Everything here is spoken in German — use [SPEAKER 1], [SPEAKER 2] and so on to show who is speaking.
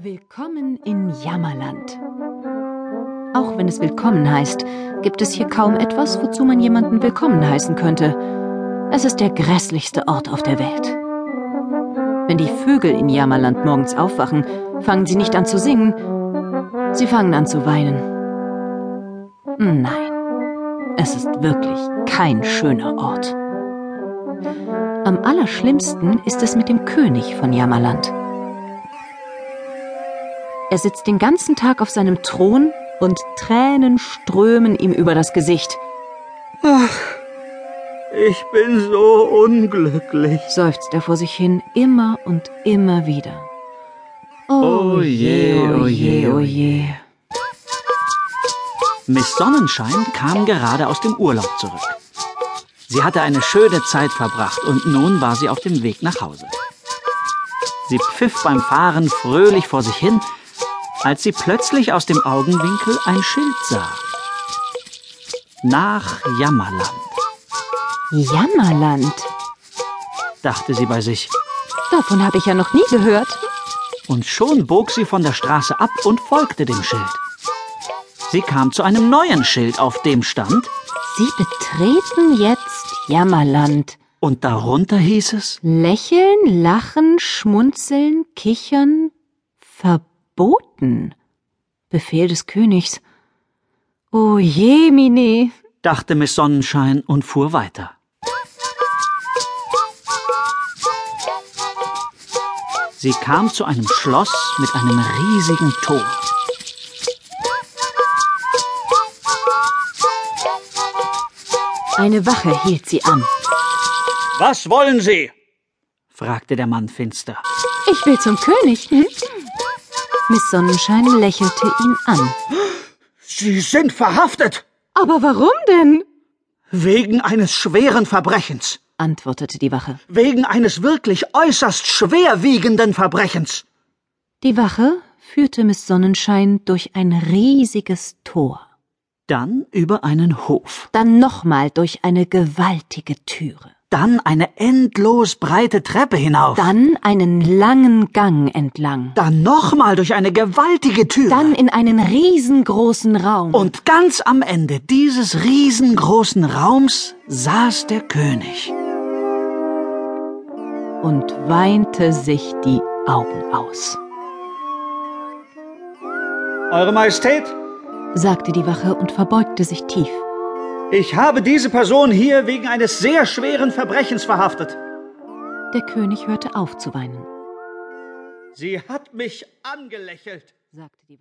[SPEAKER 1] Willkommen in Jammerland. Auch wenn es willkommen heißt, gibt es hier kaum etwas, wozu man jemanden willkommen heißen könnte. Es ist der grässlichste Ort auf der Welt. Wenn die Vögel in Jammerland morgens aufwachen, fangen sie nicht an zu singen, sie fangen an zu weinen. Nein, es ist wirklich kein schöner Ort. Am allerschlimmsten ist es mit dem König von Jammerland. Er sitzt den ganzen Tag auf seinem Thron und Tränen strömen ihm über das Gesicht,
[SPEAKER 2] Ich bin so unglücklich.
[SPEAKER 1] seufzt er vor sich hin immer und immer wieder.
[SPEAKER 2] Oh je, oh je, oh
[SPEAKER 1] je.
[SPEAKER 3] Miss Sonnenschein kam gerade aus dem Urlaub zurück. Sie hatte eine schöne Zeit verbracht und nun war sie auf dem Weg nach Hause. Sie pfiff beim Fahren fröhlich vor sich hin, als sie plötzlich aus dem Augenwinkel ein Schild sah. Nach Jammerland,
[SPEAKER 1] Jammerland.
[SPEAKER 3] dachte sie bei sich.
[SPEAKER 1] Davon habe ich ja noch nie gehört.
[SPEAKER 3] Und schon bog sie von der Straße ab und folgte dem Schild. Sie kam zu einem neuen Schild, auf dem stand,
[SPEAKER 1] Sie betreten jetzt Jammerland.
[SPEAKER 3] und darunter hieß es,
[SPEAKER 1] Lächeln, lachen, schmunzeln, kichern verboten. Befehl des Königs. O je, Mine.
[SPEAKER 3] dachte Miss Sonnenschein und fuhr weiter. Sie kam zu einem Schloss mit einem riesigen Tor.
[SPEAKER 1] Eine Wache hielt sie an.
[SPEAKER 3] Was wollen Sie? fragte der Mann finster.
[SPEAKER 1] Ich will zum König. Miss Sonnenschein lächelte ihn an.
[SPEAKER 2] Sie sind verhaftet
[SPEAKER 1] Aber warum denn?
[SPEAKER 2] wegen eines schweren Verbrechens,
[SPEAKER 1] antwortete die Wache.
[SPEAKER 2] wegen eines wirklich äußerst schwerwiegenden Verbrechens.
[SPEAKER 1] Die Wache führte Miss Sonnenschein durch ein riesiges Tor,
[SPEAKER 3] Dann über einen Hof,
[SPEAKER 1] dann nochmal durch eine gewaltige Türe,
[SPEAKER 3] dann eine endlos breite Treppe hinauf,
[SPEAKER 1] dann einen langen Gang entlang,
[SPEAKER 3] dann nochmal durch eine gewaltige Tür
[SPEAKER 1] dann in einen riesengroßen Raum.
[SPEAKER 3] und ganz am Ende dieses riesengroßen Raums saß der König.
[SPEAKER 1] und weinte sich die Augen aus,
[SPEAKER 2] Eure Majestät,
[SPEAKER 1] sagte die Wache und verbeugte sich tief.
[SPEAKER 2] ich habe diese Person hier wegen eines sehr schweren Verbrechens verhaftet.
[SPEAKER 1] Der König hörte auf zu weinen,
[SPEAKER 2] Sie hat mich angelächelt.
[SPEAKER 1] sagte die Wache.